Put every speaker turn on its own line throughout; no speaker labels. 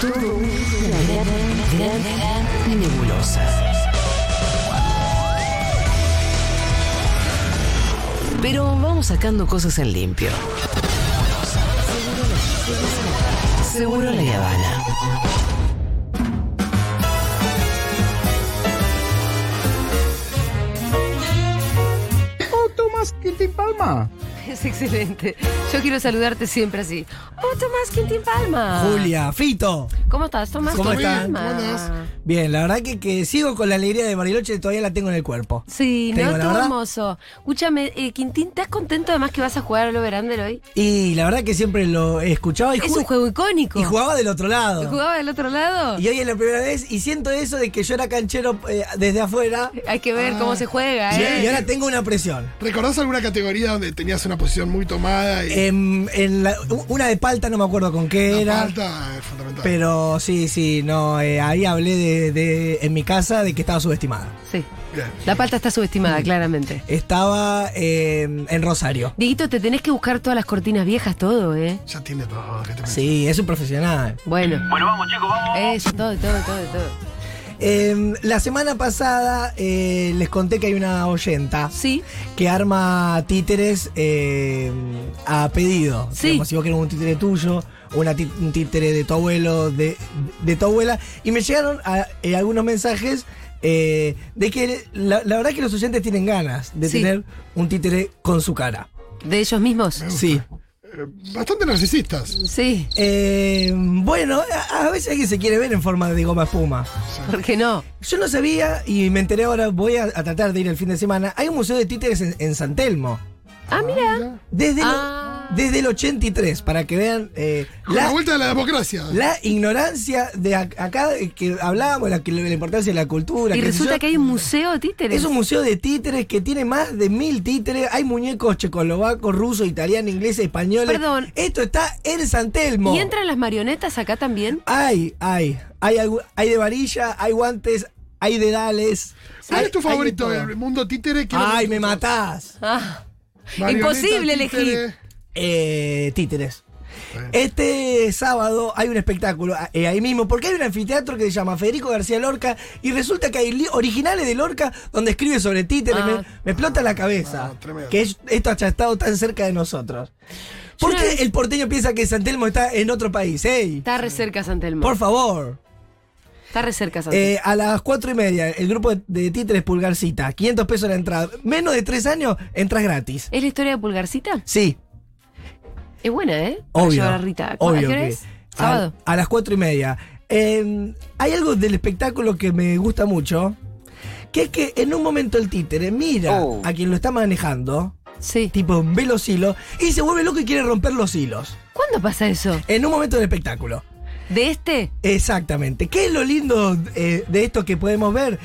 todo una gran, gran, gran nebulosa. Pero vamos sacando cosas en limpio. Seguro la Habana.
Oh, Tomás Quintín Palma.
Es excelente. Yo quiero saludarte siempre así. Oh, Tomás Quintín Palma.
Julia, Fito.
¿Cómo estás, Tomás
¿Cómo
Quintín
están?
Palma?
¿Cómo andás?
Bien, la verdad que, que sigo con la alegría de Bariloche, todavía la tengo en el cuerpo.
Sí,
Te
no,
digo la
todo
verdad.
hermoso. Escúchame, eh, Quintín, ¿estás contento además que vas a jugar al Over-Under hoy?
Y la verdad que siempre lo escuchaba y,
Es
ju-
un juego icónico.
y jugaba del otro lado.
¿Jugaba del otro lado?
Y hoy es la primera vez y siento eso de que yo era canchero eh, desde afuera
Hay que ver cómo se juega,
Ah. y,
¿eh?
y ahora tengo una presión.
¿Recordás alguna categoría donde tenías una posición muy tomada y
Em, en la- u- una de palta, no me acuerdo con qué
la
era.
falta es fundamental?
Pero sí, sí, no, eh, ahí hablé de, de- en mi casa de que estaba subestimada.
Sí.
Bien.
La palta está subestimada, claramente.
Estaba eh, en Rosario.
Dieguito, te tenés que buscar todas las cortinas viejas, todo, ¿eh?
Ya tiene todo. ¿qué te pensás?
Sí, es un profesional.
Bueno. Bueno, vamos, chicos, vamos. Eso, todo, todo, todo, todo.
Eh, la semana pasada eh, les conté que hay una oyenta
Sí.
que arma títeres eh, a pedido.
Sí.
Digamos, si vos querés un títere tuyo, una tí- un títere de tu abuelo, de, de tu abuela. Y me llegaron a- eh, algunos mensajes eh, de que la, la verdad que los oyentes tienen ganas de
Sí.
tener un títere con su cara.
¿De ellos mismos?
Sí.
Eh, Bastante narcisistas.
Sí.
Eh, bueno, a, a veces alguien se quiere ver en forma de goma espuma.
¿Por qué no?
Yo no sabía y me enteré ahora, voy a, a tratar de ir el fin de semana. Hay un museo de títeres en, en San Telmo.
Ah, mira.
Desde, lo-
Ah.
desde el 83, para que vean eh,
Con la,
la,
vuelta de la democracia.
la ignorancia de ac- acá eh, que hablábamos, la, que- la importancia de la cultura.
Y
qué sé
resulta
yo.
que hay un museo de títeres.
Es un museo de títeres que tiene más de mil títeres. Hay muñecos checoslovacos, rusos, italianos, ingleses, españoles.
Perdón.
Esto está en San Telmo.
¿Y entran las marionetas acá también?
Hay, hay. Hay, algu- hay de varilla, hay guantes, hay dedales.
¿Cuál
hay-
es tu
hay de
favorito
todo.
del mundo títere? Quiero
Ay,
ver
me
tus-
matás.
Ah.
Marioneta,
Imposible
títere.
elegir.
Eh, títeres.
Está bien.
Este sábado hay un espectáculo eh, ahí mismo, porque hay un anfiteatro que se llama Federico García Lorca y resulta que hay li- originales de Lorca donde escribe sobre títeres.
Ah.
me, me explota la cabeza.
Ah, tremendo.
que es- esto haya estado tan cerca de nosotros. ¿Por
Yo
qué
no-
el porteño piensa que San Telmo está en otro país? ¡Ey!
Está re cerca San Telmo.
Por favor.
Está re cerca San Telmo.
Eh, a las cuatro y media, el grupo de, de títeres Pulgarcita, 500 pesos la entrada. Menos de tres años, entras gratis.
¿Es la historia de Pulgarcita?
Sí,
Es buena, ¿eh? Para
Obvio.
llevar a Rita. ¿A
obvio
qué hora
que-
es?
a-
Sábado.
A, las cuatro y media. Eh, hay algo del espectáculo que me gusta mucho, que es que en un momento el títere mira
Oh.
a quien lo está manejando,
Sí.
tipo ve los hilos, y se vuelve loco y quiere romper los hilos.
¿Cuándo pasa eso?
En un momento del espectáculo.
¿De este?
Exactamente. ¿Qué es lo lindo eh, de esto que podemos ver?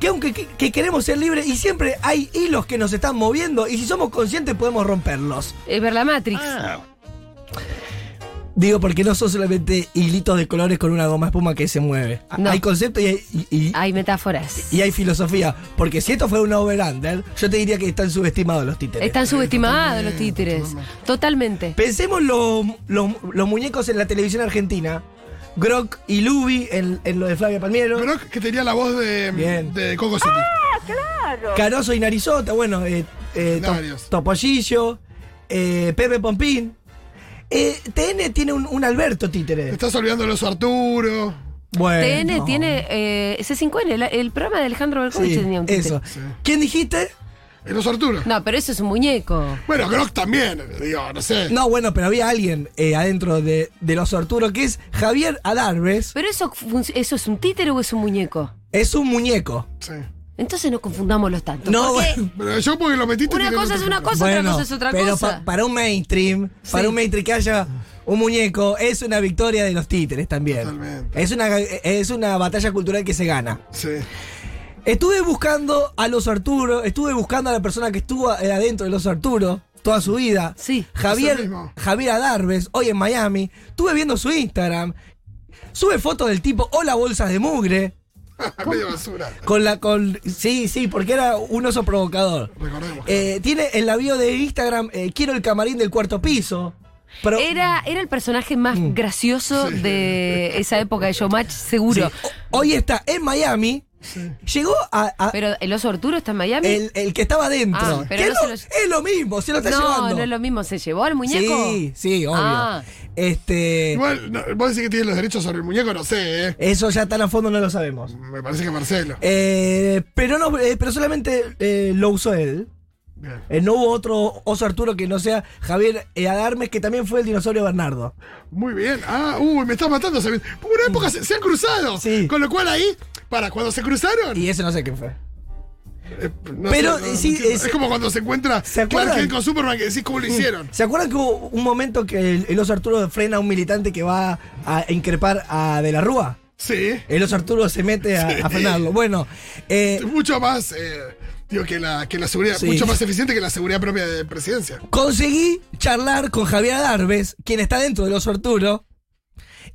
Que aunque que- que queremos ser libres y siempre hay hilos que nos están moviendo y si somos conscientes podemos romperlos.
Es Eh, ver la Matrix.
Ah,
Digo, porque no son solamente hilitos de colores con una goma espuma que se mueve. A-
No.
Hay concepto y hay, y- y-
Hay metáforas.
y hay filosofía. Porque si esto fuera un over-under, yo te diría que están subestimados los títeres.
Están subestimados los
totalmente,
títeres. Totalmente.
Pensemos los, los, los muñecos en la televisión argentina. Grok y Lubi en, en lo de Flavia Palmiero.
Creo que tenía la voz de,
Bien.
de Coco City.
Caroso y Narizota, bueno, eh, eh, to-
Varios.
Topollillo, eh, Pepe Pompín. Eh, TN tiene un, un Alberto
Te
títere.
estás olvidando de los Arturo.
Bueno.
TN tiene eh, C5N, el, el programa de Alejandro Berkovich
Sí,
tenía un títere.
eso.
Sí.
¿Quién dijiste?
El los Arturo.
No, pero eso es un muñeco.
Bueno, Grok también. Digo, no sé.
No, bueno, pero había alguien eh, adentro de, de los Arturo que es Javier Adarves.
¿Pero eso, fun- eso es un títere o es un muñeco?
Es un muñeco.
Sí.
Entonces no confundámoslos tanto.
No,
porque
bueno,
Pero yo porque lo metiste.
una
tiene
cosa es
otro
una
nombre.
cosa, otra cosa es otra
pero
cosa.
pa- para un mainstream, para un mainstream que haya un muñeco, es una victoria de los títeres también.
Totalmente.
Es una, es una batalla cultural que se gana.
Sí.
Estuve buscando a los Arturo, estuve buscando a la persona que estuvo eh, adentro de los Arturo toda su vida.
Sí,
eso
Javier,
mismo.
Javier Adarves, hoy en Miami. Estuve viendo su Instagram. Sube fotos del tipo, hola bolsas de mugre.
Medio basura.
Con la con sí, sí, porque era un oso provocador.
Recordemos.
Eh, tiene en la bio de Instagram eh, quiero el camarín del cuarto piso. Pero-
era, era el personaje más
Mm.
gracioso de esa época de Showmatch, seguro.
Sí. O- Hoy está en Miami. Llegó a. a-
Pero el oso Arturo está en Miami.
el, el que estaba adentro.
Ah, pero
que
no se
no-
lo-
Es lo mismo, se lo está
no,
llevando.
no es lo mismo. ¿Se llevó al muñeco?
Sí, sí, obvio.
Ah.
Este.
Igual, no, vos decís que tiene los derechos sobre el muñeco, no sé, ¿eh?
Eso ya tan a fondo no lo sabemos.
Me parece que Marcelo.
Eh, pero no, eh, pero solamente eh, lo usó él.
Bien.
Eh, no hubo otro oso Arturo que no sea Javier eh, Adarmes, que también fue el dinosaurio Bernardo.
Muy bien. Ah, uy, me estás matando. Sabin. Por una época se, se han cruzado.
Sí.
Con lo cual ahí, para, cuando se cruzaron.
Y ese no sé qué fue.
eh, no
Pero,
sé, no- no
sí,
entiendo.
es-
es, como cuando se encuentra
¿Se
Clark
acuerdan?
Kent con Superman que decís cómo lo hicieron.
¿Se acuerdan que hubo un momento que el, el oso Arturo frena a un militante que va a increpar a De la Rúa?
Sí.
El oso Arturo se mete a, a frenarlo. Bueno, eh,
Mucho más. eh, digo, que la, que la seguridad.
Sí.
Mucho más eficiente que la seguridad propia de presidencia.
conseguí charlar con Javier Adarves, quien está dentro del oso Arturo.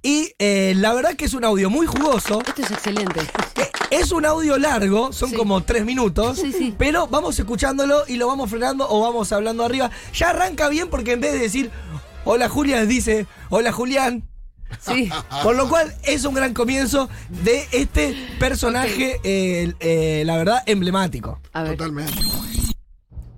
Y eh, la verdad que es un audio muy jugoso.
Esto es excelente.
Eh, Es un audio largo, son
Sí.
como tres minutos,
Sí, sí.
pero vamos escuchándolo y lo vamos frenando o vamos hablando arriba. Ya arranca bien porque en vez de decir hola Julián, dice hola Julián.
Sí.
Por lo cual es un gran comienzo de este personaje, eh, eh, la verdad, emblemático.
A ver.
Totalmente.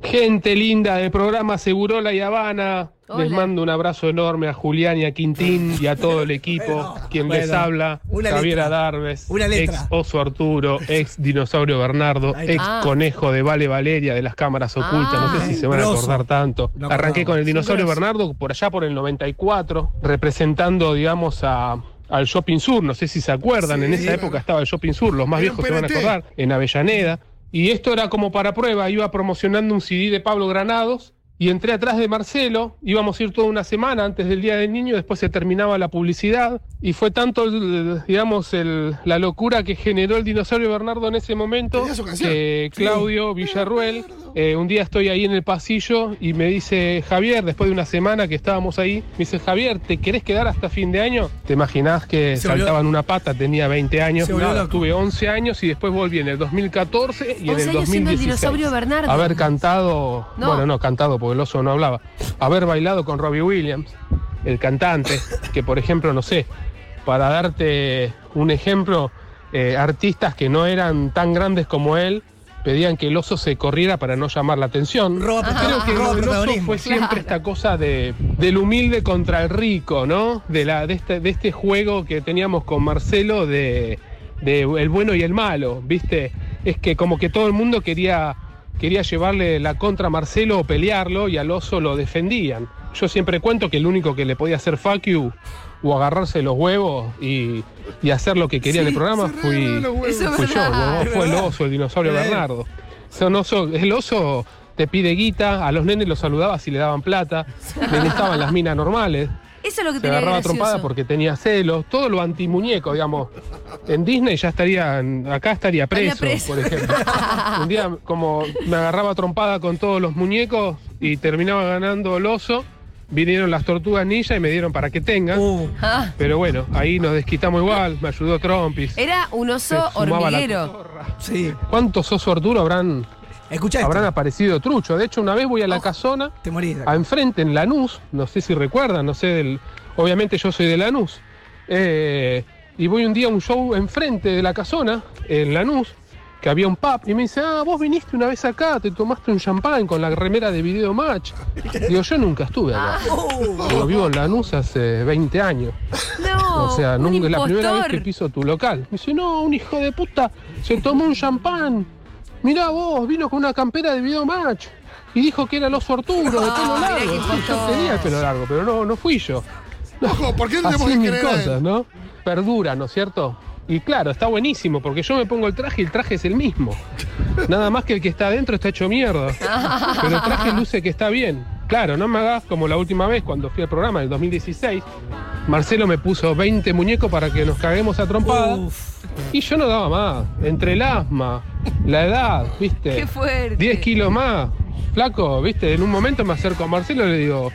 Gente linda del programa Segurola y Habana. Les
Hola.
mando un abrazo enorme a Julián y a Quintín y a todo el equipo.
Bueno,
quien les
bueno,
habla,
una
Javier
letra.
Adarves,
Una letra.
ex Oso Arturo, ex Dinosaurio Bernardo,
Ahí
ex
está.
Conejo de Vale Valeria de las cámaras ocultas. no
Ah.
sé si se van a
Grosso.
acordar tanto.
Lo
Arranqué
acordamos.
con el Dinosaurio
Un grosso.
Bernardo por allá por el 94, representando, digamos, a. Al Shopping Sur, no sé si se acuerdan,
Sí,
en esa
claro.
época estaba el Shopping Sur, los más
Era un
viejos se van a
PNT.
acordar en Avellaneda. Y esto era como para prueba, iba promocionando un CD de Pablo Granados y entré atrás de Marcelo, íbamos a ir toda una semana antes del Día del Niño, después se terminaba la publicidad y fue tanto, el, digamos, el- la locura que generó el dinosaurio Bernardo en ese momento
Tenía su canción.
que Claudio Villarruel, eh, un día estoy ahí en el pasillo y me dice Javier, después de una semana que estábamos ahí, me dice Javier, ¿te querés quedar hasta fin de año? ¿Te imaginás que
Se volvió-
saltaban una pata? Tenía 20 años,
Se volvió
nada,
loco.
tuve 11 años y después volví en el 2014 y en
11
el
años siendo el
2016.
dinosaurio Bernardo.
Haber cantado,
No.
bueno, no cantado porque el oso no hablaba, haber bailado con Robbie Williams, el cantante, que por ejemplo, no sé, para darte un ejemplo, eh, artistas que no eran tan grandes como él pedían que el oso se corriera para no llamar la atención.
Roba,
Creo que
roba
lo del oso
protagonismo.
fue siempre
Claro.
esta cosa de, del humilde contra el rico, ¿no? De, la, de, este, de este juego que teníamos con Marcelo de, de el bueno y el malo, ¿viste? Es que como que todo el mundo quería, quería llevarle la contra a Marcelo o pelearlo y al oso lo defendían. Yo siempre cuento que el único que le podía hacer fuck you o agarrarse los huevos y, y hacer lo que quería en el programa
Se
fui,
regalan los huevos.
Eso-
fui yo,
verdad.
huevón.
Es
fue el
verdad.
oso, el dinosaurio
Es.
Bernardo. Son oso- el oso te pide guita, a los nenes los saludaba si le daban plata, le gustaban las minas normales,
Eso es lo que
se
tenía
agarraba
gracioso.
trompada porque tenía celos, todo lo antimuñeco, digamos. En Disney ya estaría, acá estaría preso,
Estaría preso.
por ejemplo. Un día como me agarraba trompada con todos los muñecos y terminaba ganando el oso, vinieron las tortugas ninja y me dieron para que tengan.
Uh,
Ah,
Pero bueno, ahí nos desquitamos igual, me ayudó Trompis.
era un
Se
oso
fumaba la
hormiguero.
cotorra.
sí.
¿Cuántos osos Arturo habrán,
Escucha esto.
habrán aparecido trucho? De hecho, una vez voy a la casona,
Te morís.
a enfrente en Lanús, no sé si recuerdan, no sé del. Obviamente yo soy de Lanús. eh, y voy un día a un show enfrente de la casona, en Lanús, que había un pub, y me dice, ah, vos viniste una vez acá, te tomaste un champán con la remera de video match. Digo, yo nunca estuve acá.
Uh,
Yo vivo en Lanús hace 20 años.
No,
O sea,
un
nunca, es la primera vez
impostor.
que piso tu local. Me dice, no, un hijo de puta, se tomó un champán. Mirá vos, vino con una campera de videomatch. Y dijo que era los Arturo, de pelo
Ah, mirá qué
largo. Sí, yo
impostor.
tenía el pelo largo, pero no, no fui yo.
Ojo, ¿por qué no tenemos
Así
que
mil
creer? a él?
cosas, ¿no? Perdura, ¿no es cierto? Y claro, está buenísimo, porque yo me pongo el traje y el traje es el mismo. Nada más que el que está adentro está hecho mierda. Pero el traje luce que está bien. Claro, no me hagas como la última vez cuando fui al programa del 2016. Marcelo me puso 20 muñecos para que nos caguemos a trompadas.
uf.
Y yo no daba más. Entre el asma, la edad, ¿viste?
Qué fuerte.
10 kilos más. Flaco, ¿viste? En un momento me acerco a Marcelo y le digo,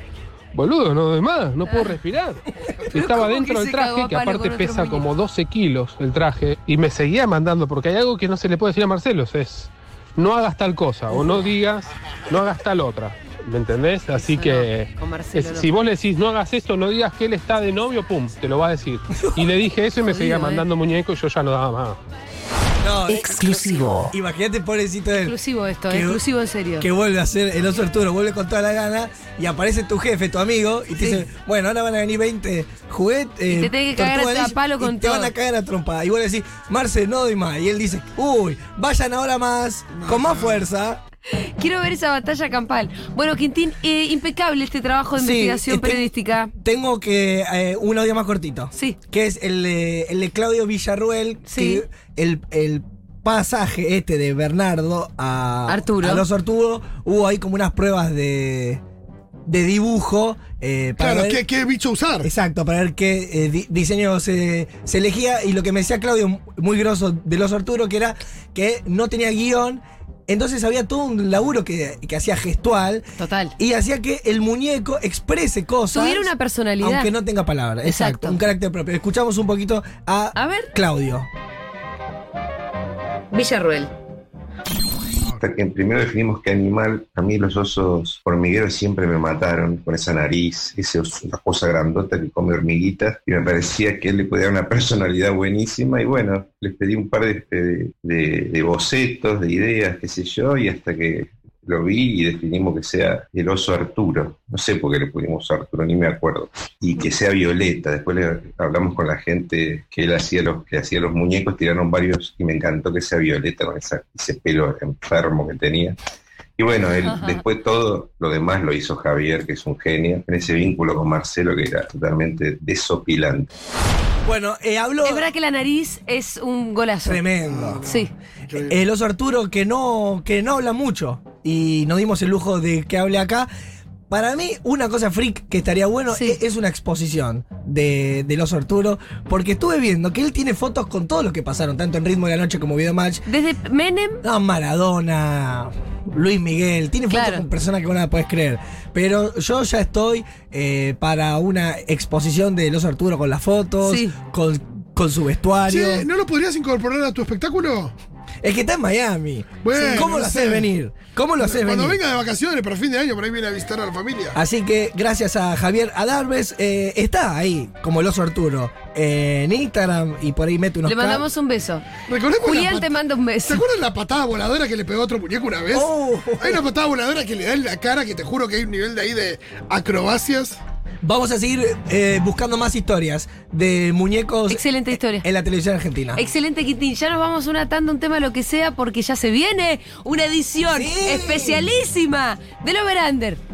boludo, no doy más, no puedo respirar. Y estaba
Ah. ¿cómo
dentro
que
del
se cagó
traje,
a
que
palo
aparte
con otro
pesa
muñeco?
como 12 kilos el traje, y me seguía mandando, porque hay algo que no se le puede decir a Marcelo, es no hagas tal cosa, o no digas, no hagas tal otra. ¿Me entendés? Así
Eso
que
no, con Marcelo
es-
no.
si vos le decís no hagas esto, no digas que él está de novio, pum, te lo va a decir. Y le dije eso y me
Jodido,
seguía
¿eh?
mandando muñecos y yo ya no daba más.
No,
Exclusivo.
imagínate, pobrecito él.
Exclusivo esto,
Que-
exclusivo en serio.
Que vuelve a ser el oso Arturo, vuelve con toda la gana y aparece tu jefe, tu amigo, y te
Sí.
dice, bueno, ahora van a venir eh, 20 juguetes.
Y te tenés que cagar a palo con
Te van
todo.
a cagar a trompada. Y vos le decís, Marce, no doy más. Y él dice, uy, vayan ahora más, con más fuerza.
Quiero ver esa batalla campal. Bueno, Quintín, eh, impecable este trabajo de
Sí,
investigación
este-
periodística.
Tengo que eh, un audio más cortito.
Sí.
Que es el de, el de Claudio Villarruel.
Sí.
que el, el pasaje este de Bernardo a
Arturo.
al oso Arturo. Hubo ahí como unas pruebas de, de dibujo. eh, para
Claro,
ver-
¿qué, qué bicho usar?
Exacto, para ver qué eh, di- diseño se, se elegía. Y lo que me decía Claudio, muy grosso de los Arturo, que era que no tenía guión. Entonces había todo un laburo que, que hacía gestual.
Total.
Y hacía que el muñeco exprese cosas.
Tuviera una personalidad.
Aunque no tenga palabras. Exacto.
Exacto.
Un carácter propio. Escuchamos un poquito a,
A ver.
Claudio.
Villarruel.
Hasta que primero definimos qué animal, a mí los osos hormigueros siempre me mataron con esa nariz, ese oso- esa cosa grandota que come hormiguitas, y me parecía que él le podía dar una personalidad buenísima, y bueno, les pedí un par de, de- de- de bocetos, de ideas, qué sé yo, y hasta que lo vi y definimos que sea el oso Arturo, no sé por qué le pusimos Arturo, ni me acuerdo, y que sea violeta, después le hablamos con la gente que él hacía los, que hacía los muñecos, tiraron varios, y me encantó que sea violeta con esa- ese pelo enfermo que tenía. Y bueno, él, después todo lo demás lo hizo Javier, que es un genio, en ese vínculo con Marcelo que era totalmente desopilante.
Bueno, eh, habló.
Es verdad que la nariz es un golazo.
Tremendo.
Ah, Sí.
El oso Arturo que no, que no habla mucho y nos dimos el lujo de que hable acá. Para mí, una cosa freak que estaría bueno e-,
Sí.
es, es una exposición de, del oso Arturo, porque estuve viendo que él tiene fotos con todos los que pasaron, tanto en Ritmo de la Noche como Video Match.
Desde Menem,
No, Maradona, Luis Miguel, tiene fotos
Claro.
con personas que vos no la podés creer. Pero yo ya estoy eh, para una exposición de los Arturo con las fotos,
Sí.
con, con su vestuario.
Che, ¿no lo podrías incorporar a tu espectáculo?
Es que está en Miami.
Bueno,
¿Cómo lo
no
haces
sé.
venir? ¿Cómo lo haces
Cuando
venir?
venga de vacaciones para fin de año, por ahí viene a visitar a la familia.
Ah.
Así que gracias a Javier Adarves, eh, está ahí, como el oso Arturo, eh, en Instagram y por ahí mete unos
le
ca-
mandamos un beso.
Recordemos la
Julián
pat-
te manda un
¿Se
beso.
acuerdan la patada voladora que le pegó a otro muñeco una vez?
Oh.
Hay una patada voladora que le da en la cara, que te juro que hay un nivel de ahí de acrobacias.
Vamos a seguir eh, buscando más historias de muñecos
Excelente historia.
en la televisión argentina.
Excelente, Quintín. Ya nos vamos una tanda, un tema, lo que sea, porque ya se viene una edición
Sí.
especialísima del Over Under.